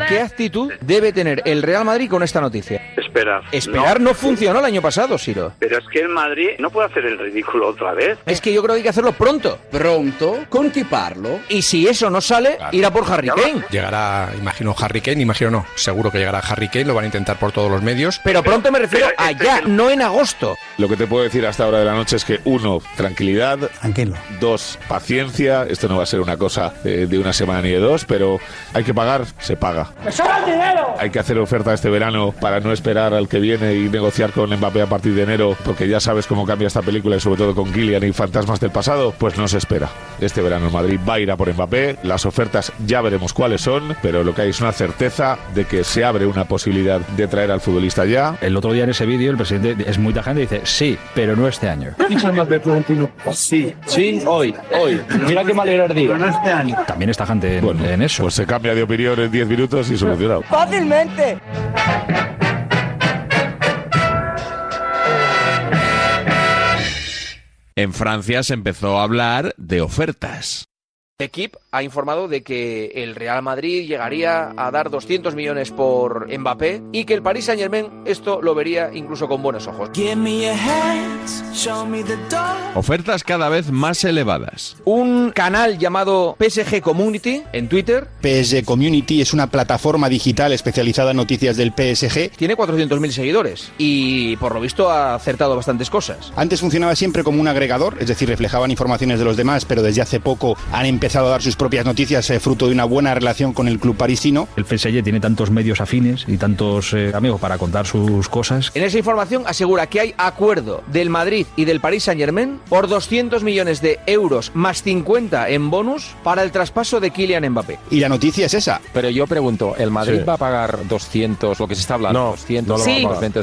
¿Qué actitud debe tener el Real Madrid con esta noticia?
Espera.
Esperar no, funcionó el año pasado, Siro.
Pero es que el Madrid no puede hacer el ridículo otra vez.
Es que yo creo que hay que hacerlo pronto. Pronto, contiparlo. Y si eso no sale, ir a por Harry Kane.
Llegará, imagino, Harry Kane, imagino no. Seguro que llegará Harry Kane, lo van a intentar por todos los medios.
Pero pronto me refiero a ya, no en agosto.
este Lo que te puedo decir hasta ahora de la noche es que, uno, tranquilidad. Tranquilo. Dos, paciencia. Esto no va a ser una cosa eh, de una semana ni de dos, pero hay que pagar, se paga.
¡Me sobra el dinero!
Hay que hacer oferta este verano para no esperar al que viene y negociar con Mbappé a partir de enero, porque ya sabes cómo cambia esta película y sobre todo con Kylian y Fantasmas del pasado, pues no se espera. Este verano el Madrid va a ir a por Mbappé, las ofertas ya veremos cuáles son, pero lo que hay es una certeza de que se abre una posibilidad de traer al futbolista ya.
El otro día en ese vídeo el presidente es muy tajante y dice, sí, pero no este año.
Sí, sí, hoy, hoy. Mira qué mal era el día.
También está gente en, eso. Pues se cambia de opinión en 10 minutos y solucionado.
Fácilmente.
En Francia se empezó a hablar de ofertas.
Equip ha informado de que el Real Madrid llegaría a dar 200 millones por Mbappé y que el Paris Saint-Germain esto lo vería incluso con buenos ojos.
Ofertas cada vez más elevadas.
Un canal llamado PSG Community en Twitter
PSG Community es una plataforma digital especializada en noticias del PSG.
tiene 400.000 seguidores y por lo visto ha acertado bastantes cosas.
Antes funcionaba siempre como un agregador, es decir, reflejaban informaciones de los demás, pero desde hace poco han empezado a dar sus propias noticias, eh, fruto de una buena relación con el club parisino.
El PSG tiene tantos medios afines y tantos eh, amigos para contar sus cosas.
En esa información asegura que hay acuerdo del Madrid y del Paris Saint-Germain por 200 millones de euros más 50 en bonus para el traspaso de Kylian Mbappé.
Y la noticia es esa.
Pero yo pregunto, ¿el Madrid
Sí.
va a pagar 200, lo que se está hablando,
No,
200,
no lo va a Sí. pagar.
220,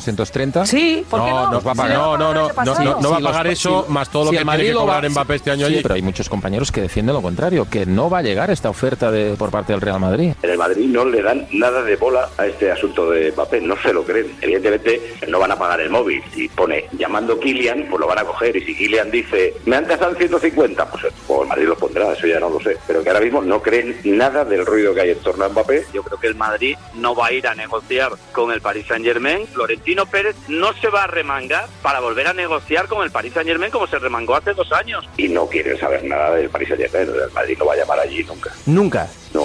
230?
Sí, ¿por qué no?
nos va a
Si
pagar.
lo va a pagar el año pasado.
no va a pagar eso más todo lo que
el
tiene
Madrid
que
lo
cobrar Mbappé este año
Sí,
allí.
pero hay muchos compañeros que defienden lo contrario, que no va a llegar esta oferta de, por parte del Real Madrid.
En el Madrid no le dan nada de bola a este asunto de Mbappé, no se lo creen. Evidentemente no van a pagar el móvil. Si pone llamando Kylian, pues lo van a coger. Y si Kylian dice, me han tasado en 150, pues, pues el Madrid lo pondrá, eso ya no lo sé. Pero que ahora mismo no creen nada del ruido que hay en torno a Mbappé.
Yo creo que el Madrid no va a ir a negociar con el Paris Saint Germain. Florentino Pérez no se va a remangar para volver a negociar con el Paris Saint Germain como se remangó hace dos años.
Y no quieren saber nada del Paris Saint-Germain. El Madrid no va a llamar allí nunca.
Nunca.
No.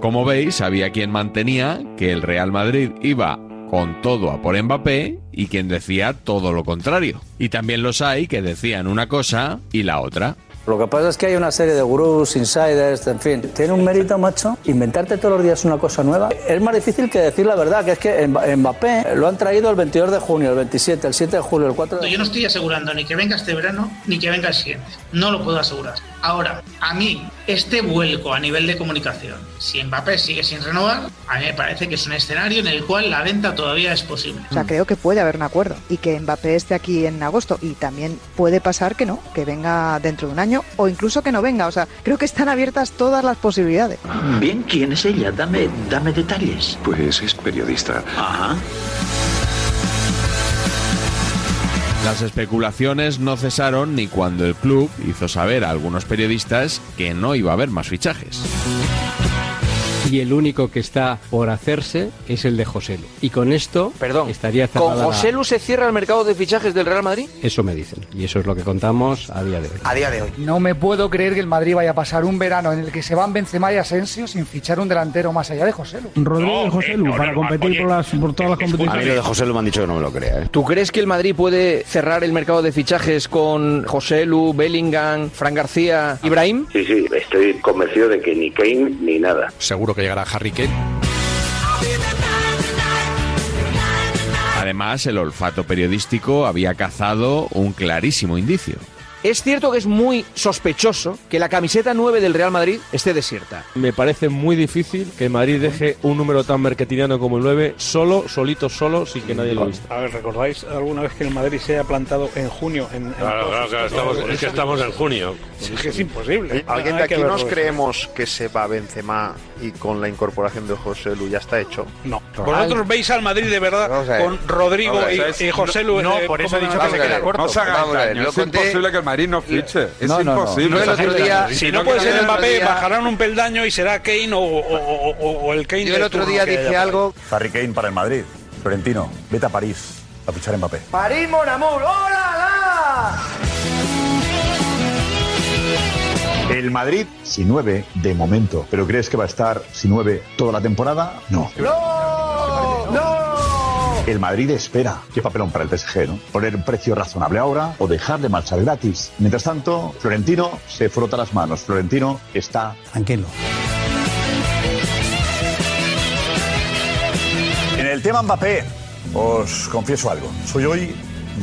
Como veis, había quien mantenía que el Real Madrid iba con todo a por Mbappé y quien decía todo lo contrario. Y también los hay que decían una cosa y la otra.
Lo que pasa es que hay una serie de gurús, insiders, en fin. Tiene un mérito, macho, inventarte todos los días una cosa nueva. Es más difícil que decir la verdad, que es que Mb- Mbappé eh, lo han traído el 22 de junio, el 27, el 7 de julio, el 4 de
Yo no estoy asegurando ni que venga este verano ni que venga el siguiente. No lo puedo asegurar. Ahora, a mí, este vuelco a nivel de comunicación, si Mbappé sigue sin renovar, a mí me parece que es un escenario en el cual la venta todavía es posible.
O sea, creo que puede haber un acuerdo y que Mbappé esté aquí en agosto y también puede pasar que no, que venga dentro de un año o incluso que no venga. O sea, creo que están abiertas todas las posibilidades.
Bien, ¿quién es ella? Dame, dame detalles.
Pues es periodista.
Ajá.
Las especulaciones no cesaron ni cuando el club hizo saber a algunos periodistas que no iba a haber más fichajes.
Y el único que está por hacerse es el de José Lu. Y con esto estaría
¿Con
cerrada la-
José Lu se cierra el mercado de fichajes del Real Madrid?
Eso me dicen. Y eso es lo que contamos a día de hoy.
A día de hoy.
No me puedo creer que el Madrid vaya a pasar un verano en el que se van Benzema y Asensio sin fichar un delantero más allá de José Lu.
Rodríguez José Lu, para competir por, las, por todas las competiciones.
Lu me han dicho que no me lo crea. ¿eh? ¿Tú crees que el Madrid puede cerrar el mercado de fichajes con José Lu, Bellingham, Fran García, Ibrahim?
Sí, sí, estoy convencido de que ni Kane ni nada.
Seguro que llegará Harry Kane.
Además, el olfato periodístico había cazado un clarísimo indicio.
Es cierto que es muy sospechoso que la camiseta 9 del Real Madrid esté desierta.
Me parece muy difícil que el Madrid deje un número tan mercatiniano como el 9 solo, solito, solo, sin que nadie lo vista.
A ver, ¿recordáis alguna vez que el Madrid se haya plantado en junio? En, en
Claro,
todos
claro,
estos
claro, estamos-
torneos?
es que estamos en junio.
Sí, Es que es imposible.
¿Alguien de
Hay que
Eh, aquí nos
verlo.
creemos que se va Benzema y con la incorporación de José Lu ya está hecho?
No.
Vosotros veis al Madrid de
Vamos a
verdad
ver.
con Rodrigo
Vamos a
y,
ver.
y José
No,
Luis.
no,
eh,
por eso he
como
dicho
una-
que se queda corto.
No se haga
Vamos a ver,
engaño,
lo
es
conté-
imposible que el Madrid no fiche. Es
No, no, no.
imposible.
Yo el otro día-
Si no puede ser
el
Mbappé,
bajar.
bajarán un peldaño y será Kane o, o- o- o- o el
este
Kane.
Yo
del
el otro
turno
día
que haya por
dije
ahí.
algo.
Harry Kane para el Madrid. Florentino, vete a París a fichar a Mbappé.
París, mon amour,
El Madrid, si 9 de momento. ¿Pero crees que va a estar si 9 toda la temporada? No. El Madrid espera. Qué papelón para el PSG, ¿no? Poner un precio razonable ahora o dejar de marchar gratis. Mientras tanto, Florentino se frota las manos. Florentino está tranquilo.
En el tema Mbappé, os confieso algo. Soy hoy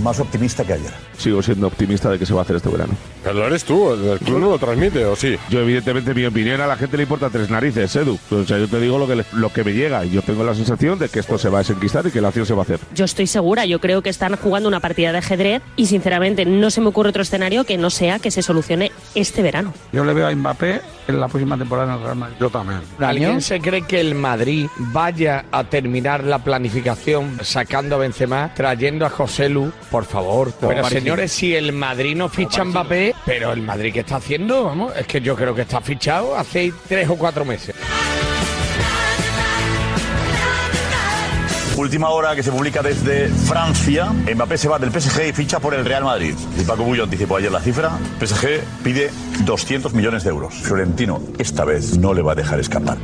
más optimista que ayer.
Sigo siendo optimista de que se va a hacer este verano. Pero lo eres tú, el club no lo transmite, ¿o sí? Yo, evidentemente, mi opinión a la gente le importa tres narices, Edu. O sea, yo te digo lo que, le- lo que me llega. y Yo tengo la sensación de que esto se va a desenquistar y que la acción se va a hacer.
Yo estoy segura, yo creo que están jugando una partida de ajedrez y sinceramente no se me ocurre otro escenario que no sea que se solucione este verano.
Yo le veo a Mbappé en la próxima temporada en el Real Madrid.
Yo también.
¿Alguien se cree que el Madrid vaya a terminar la planificación sacando a Benzema, trayendo a José Lu? Por favor. Pero
parecido.
señores, si el Madrid no ficha a Mbappé, pero el Madrid que está haciendo, vamos, es que yo creo que está fichado hace tres o cuatro meses.
Última hora que se publica desde Francia. Mbappé se va del PSG y ficha por el Real Madrid. Y Paco Bullo anticipó ayer la cifra. PSG pide 200 millones de euros. Florentino esta vez no le va a dejar escapar.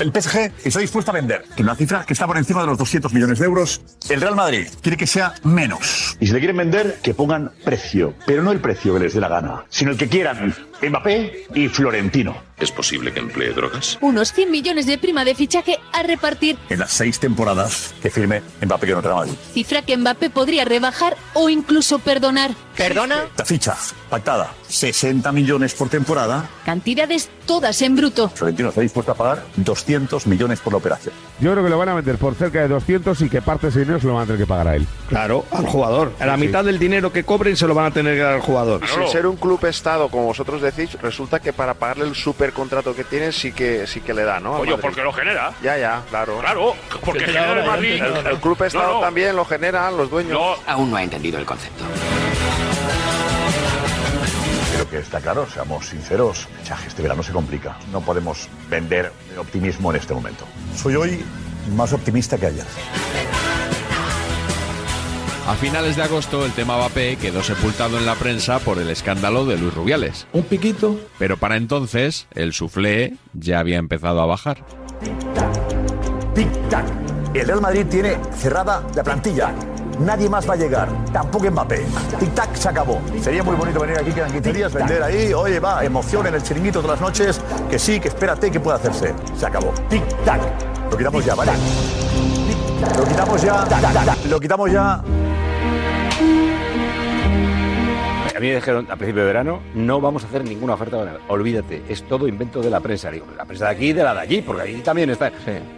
El PSG está dispuesto a vender una cifra que está por encima de los 200 millones de euros. El Real Madrid quiere que sea menos. Y si le quieren vender, que pongan precio, pero no el precio que les dé la gana, sino el que quieran. Mbappé y Florentino. ¿Es posible que emplee drogas? Unos 100 millones de prima de fichaje a repartir, En las seis temporadas que firme Mbappé que no Real Madrid. cifra que Mbappé podría rebajar o incluso perdonar. ¿Perdona? La ficha pactada, 60 millones por temporada. Cantidades todas en bruto. Florentino está dispuesto a pagar 200 millones por la operación.
Yo creo que lo van a vender por cerca de 200 y que parte de ese dinero se lo van a tener que pagar a él.
Claro, al jugador.
A la mitad
del dinero que cobren se lo van a tener que dar al jugador.
Manolo.
Sin ser un club estado, como vosotros decís, resulta que para pagarle el supercontrato que tiene sí que sí que le da, ¿no? Al
Oye,
Madrid.
porque lo genera.
Ya, ya, claro.
Claro, porque genera el Madrid.
El, el club estado
No, no.
también lo generan los dueños.
Aún no ha entendido el concepto.
Creo que está claro, seamos sinceros. El fichaje este verano se complica. No podemos vender optimismo en este momento.
Soy hoy más optimista que ayer.
A finales de agosto, el tema Mbappé quedó sepultado en la prensa por el escándalo de Luis Rubiales.
Un piquito.
Pero para entonces, el suflé ya había empezado a bajar.
Tic-tac. El Real Madrid tiene cerrada la plantilla. Nadie más va a llegar. Tampoco Mbappé. Tic-tac, se acabó. Sería muy bonito venir aquí, quedan 15 días, vender ahí. Oye, va, emoción en el chiringuito todas las noches. Que sí, que espérate, que puede hacerse. Se acabó. Tic-tac. Lo quitamos ya, ¿vale? Lo quitamos ya. Lo quitamos ya.
A mí me dijeron a principio de verano, no vamos a hacer ninguna oferta banal. Olvídate, es todo invento de la prensa. Digo, la prensa de aquí y de la de allí, porque allí también está.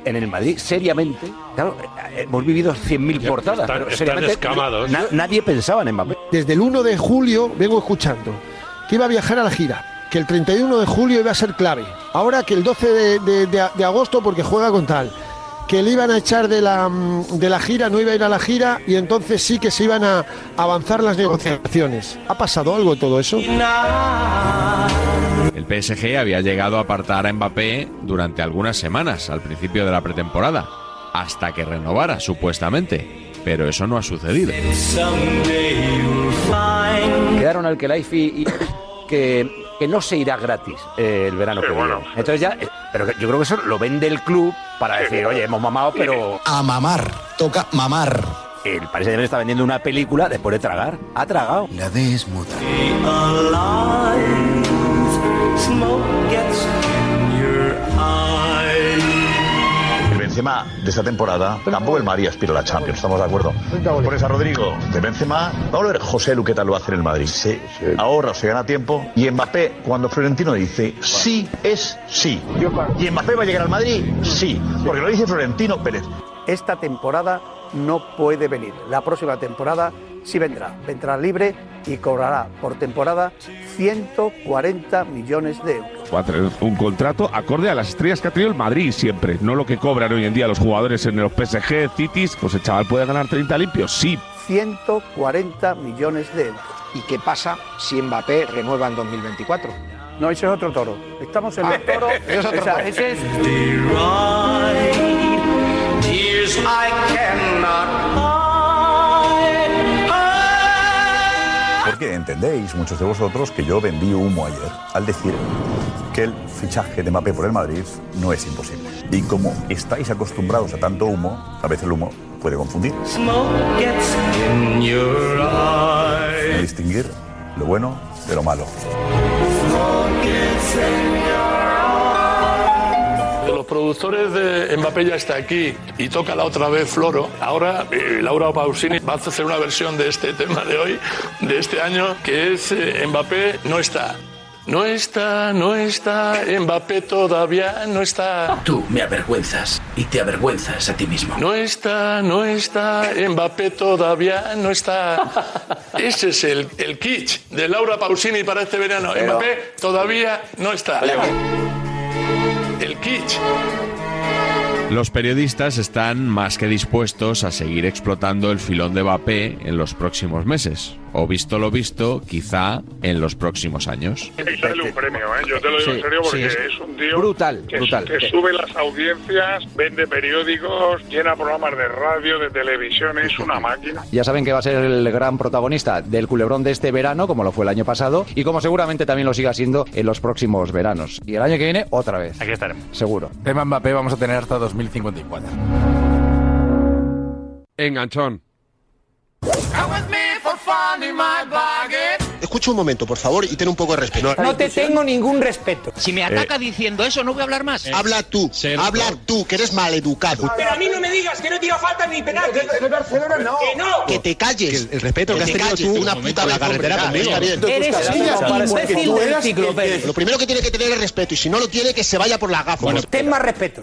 En el Madrid, seriamente, claro, eh, hemos vivido 100.000 portadas.
están-
pero
están
seriamente,
descamados.
na- nadie pensaba en Mbappé.
Desde el 1 de julio vengo escuchando que iba a viajar a la gira, que el 31 de julio iba a ser clave. Ahora que el 12 de, de- de- de agosto porque juega con tal. Que le iban a echar de la, mm, de la gira, no iba a ir a la gira y entonces sí que se iban a avanzar las negociaciones. ¿Ha pasado algo de todo eso?
El PSG había llegado a apartar a Mbappé durante algunas semanas al principio de la pretemporada, hasta que renovara supuestamente, pero eso no ha sucedido.
Quedaron al y, y que, que no se irá gratis eh, el verano
Sí,
que
bueno.
viene. Entonces ya, eh, pero yo creo que eso lo vende el club para
Sí,
decir,
claro.
oye, hemos mamado, pero...
A mamar, toca mamar.
El Paris Saint-Germain está vendiendo una película después de tragar. Ha tragado. La D es muda.
El Benzema de esta temporada tampoco el Madrid aspira a la Champions, estamos de acuerdo. Pones a Rodrigo de Benzema, vamos a ver José Lu qué tal lo hace en el Madrid. Se ahorra, se gana tiempo. Y Mbappé, cuando Florentino dice sí, es sí. Y Mbappé va a llegar al Madrid, sí. Porque lo dice Florentino Pérez.
Esta temporada no puede venir. La próxima temporada sí vendrá. Vendrá libre y cobrará por temporada 140 millones de euros.
Va a tener un contrato acorde a las estrellas que ha tenido el Madrid siempre, no lo que cobran hoy en día los jugadores en los PSG, Citis. Pues el chaval puede ganar 30 limpios, sí.
140 millones de euros.
¿Y qué pasa si Mbappé renueva en 2024?
No, ese es otro toro. Estamos en
Ah,
el toro.
ese es otro
O sea,
toro.
ese es-
Porque entendéis, muchos de vosotros, que yo vendí humo ayer al decir que el fichaje de Mbappé por el Madrid no es imposible. Y como estáis acostumbrados a tanto humo, a veces el humo puede confundir. Hay que distinguir lo bueno de lo malo.
De los productores de Mbappé ya está aquí y toca la otra vez Floro. Ahora eh, Laura Pausini va a hacer una versión de este tema de hoy, de este año, que es eh, Mbappé no está. No está, no está, Mbappé todavía no está.
Tú me avergüenzas y te avergüenzas a ti mismo.
No está, no está, Mbappé todavía no está. Ese es el, el kitsch de Laura Pausini para este verano.
Pero-
Mbappé todavía no está. El kitsch.
Los periodistas están más que dispuestos a seguir explotando el filón de Mbappé en los próximos meses, o visto lo visto, quizá en los próximos años.
Y sale un premio, ¿eh? yo te lo
Sí,
digo en serio porque
sí,
es,
es
un tío
brutal,
que,
brutal.
Eh,
que sube las audiencias, vende periódicos, llena programas de radio, de televisión, es una máquina.
Ya saben que va a ser el gran protagonista del culebrón de este verano, como lo fue el año pasado, y como seguramente también lo siga siendo en los próximos veranos. Y el año que viene, otra vez. Aquí estaremos. Seguro.
Tema Mbappé vamos a tener hasta 2054.
Enganchón.
Escucha un momento, por favor, y ten un poco de respeto.
No te tengo ningún respeto. Si me
ataca
diciendo eso, no voy a hablar
Eh.
más.
Habla tú, habla tú, que eres maleducado.
Pero a mí no me digas que no tira falta ni penalti. Que no.
Que te calles. El respeto que has tenido tú una puta en la carretera conmigo.
Eres un imbécil del ciclo, Pérez.
Lo primero que tiene que tener es respeto, y si no lo tiene, que se vaya por la gafa.
ten más respeto.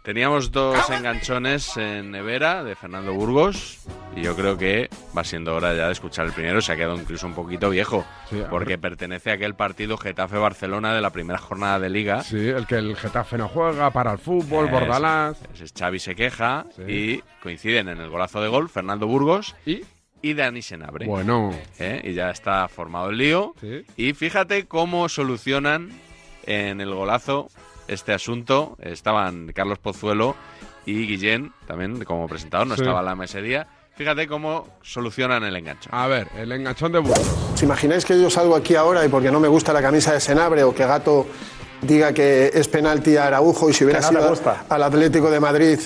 Teníamos dos enganchones en Nevera de Fernando Burgos y yo creo que va siendo hora ya de escuchar el primero, se ha quedado incluso un poquito viejo
Sí, a
porque pertenece a aquel partido Getafe-Barcelona de la primera jornada de liga.
Sí, el que el Getafe no juega, para el fútbol,
Es-
Bordalás.
ese es Xavi se queja y coinciden en el golazo de gol Fernando Burgos
y,
Dani Senabre.
Bueno.
¿Eh? Y ya está formado el lío.
Sí.
Y fíjate cómo solucionan en el golazo este asunto. Estaban Carlos Pozuelo y Guillén, también como presentador, no
Sí.
estaba Lama ese día. Fíjate cómo solucionan el engancho.
A ver, el enganchón de Burgos.
¿Os imagináis que yo salgo aquí ahora y porque no me gusta la camisa de Senabre o que Gato diga que es penalti a Araujo y si hubiera
Que no te
sido
gusta.
al Atlético de Madrid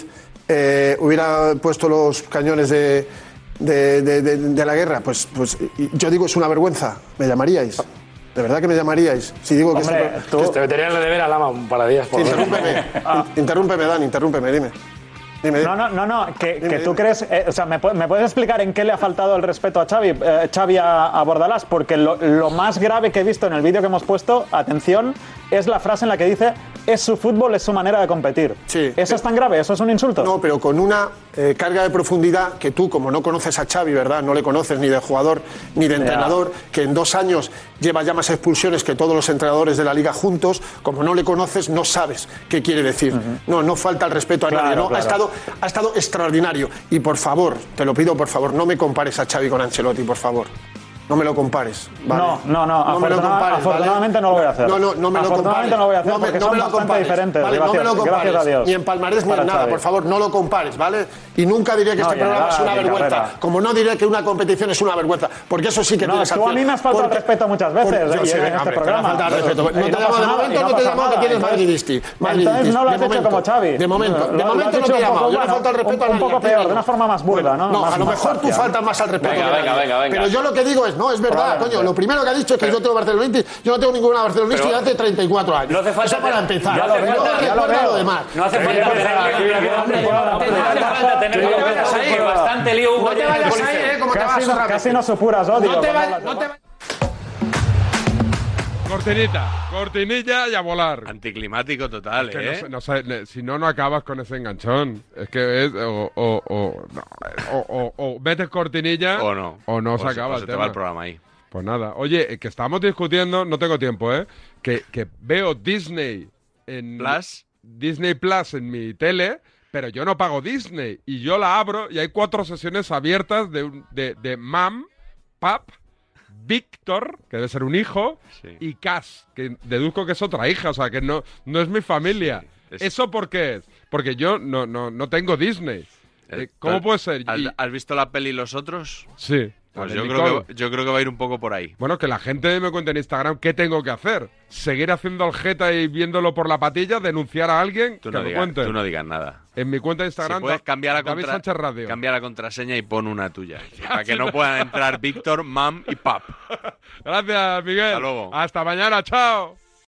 eh, hubiera puesto los cañones de, de- de- de- de la guerra? Pues, pues y- yo digo, es una vergüenza. ¿Me llamaríais? ¿De verdad que me llamaríais? Si digo que
Hombre,
es una-
tú- te meterían la deber a Lama un par de días. Por lo menos.
Interrúmpeme,
Ah.
in- interrúmpeme, Dan, interrúmpeme, dime.
No, no, no, no, que, que tú crees, eh, o sea, ¿me, pu- me puedes explicar en qué le ha faltado el respeto a Xavi, eh, Xavi a, a Bordalás? Porque lo, lo más grave que he visto en el vídeo que hemos puesto, atención, es la frase en la que dice, es su fútbol, es su manera de competir. Sí. ¿Eso es tan grave? ¿Eso es un insulto?
No, pero con una eh, carga de profundidad que tú, como no conoces a Xavi, ¿verdad? No le conoces ni de jugador ni de
Ya.
entrenador, que en dos años lleva ya más expulsiones que todos los entrenadores de la liga juntos, como no le conoces, no sabes qué quiere decir. No, no falta el respeto a
Claro,
nadie, ¿no? Ha,
claro.
estado, ha estado extraordinario. Y por favor, te lo pido por favor, no me compares a Xavi con Ancelotti, por favor. No me lo compares. ¿vale?
No, no, no,
me lo
afortuna-
compares, ¿vale?
afortunadamente no lo voy a hacer.
No, no, no me lo
Afortunadamente
compares.
no lo voy a hacer porque son
lo
bastante diferentes,
¿vale? no me lo
gracias-
compares.
gracias a Dios.
Ni en Palmarés ni
Para
en nada,
Xavi.
por favor, no lo compares, ¿vale? Y nunca diré que
No,
este
ni en
programa
edad,
es una
ni en
vergüenza.
carrera.
Como no diré que una competición es una vergüenza, porque eso sí que
No,
tienes
tú a mí me has faltado el respeto muchas veces
Porque- yo
y
sé,
en este
hombre, te va a
programa.
faltar el respeto.
Y
No te
no
llamo, de
pasa nada, y
momento
no
no te
pasa
llamo que
nada. ¿eh?
tienes
Entonces-
madridisti.
Entonces no lo
de
has hecho
momento,
como Xavi.
De momento,
Lo-
de
lo has
momento no te
dicho un
llamo.
poco,
Yo le
bueno,
falta el respeto
un-
a
un poco peor, de una forma más burda, ¿no?
No,
Más-
a lo
más
mejor tú
rancia, ¿no?
faltas más al respeto.
Venga,
que
venga,
nadie.
venga, venga.
Pero yo lo que digo es, no, es verdad,
Probablemente.
coño. Lo primero que ha dicho es que yo tengo barcelonitis. Yo no tengo ninguna barcelonitis desde hace 34 años.
No hace falta-
Eso para empezar.
no hace
Luego
falta- ya lo
recuerda
veo.
lo demás.
No hace
Eh,
falta tener- No hace falta tener-
No te
vayas ahí, bastante lío hubo
No te
ya en el
vayas ahí,
Coliseo.
¿eh? Como te
Casi
vas
no-
otra vez.
casi no supuras odio
No te
cuando
vayas.
hablas.
No te vayas.
Cortinita, cortinilla y a volar.
Anticlimático total,
Que
¿eh?
no sé- no sé, ne- si no, no acabas con ese enganchón. Es que es. O, o, o, no, o- o- o metes cortinilla.
O no.
O no se
se- o
acaba el
se te
tema.
va el programa ahí.
Pues nada. Oye, eh, que estamos discutiendo. No tengo tiempo, ¿eh? Que, que veo Disney en.
Plus.
Disney Plus en mi tele. Pero yo no pago Disney. Y yo la abro y hay cuatro sesiones abiertas de, un- de, de Mam, Pap, Víctor, que debe ser un hijo, y Cass, que deduzco que es otra hija, o sea, que no, no es mi familia. ¿Eso por qué es? Porque yo no, no, no tengo Disney. Eh, ¿Cómo puede ser?
¿Has,
Y-
has visto la peli Los Otros?
Sí.
Pues
Vale,
yo
Nicole.
creo, que, yo creo que va a ir un poco por ahí.
Bueno, que la gente me cuente en Instagram qué tengo que hacer. ¿Seguir haciendo aljeta y viéndolo por la patilla? ¿Denunciar a alguien?
Tú
que
no,
me
digas,
cuente.
tú no digas nada.
En mi cuenta
Si
de Instagram.
puedes
Da-
cambiar la,
David
contra-
Sánchez Radio.
cambia la contraseña y pon una tuya. para que
sí,
no
no.
puedan entrar Víctor, Mam y Pap.
Gracias, Miguel. Hasta mañana, chao.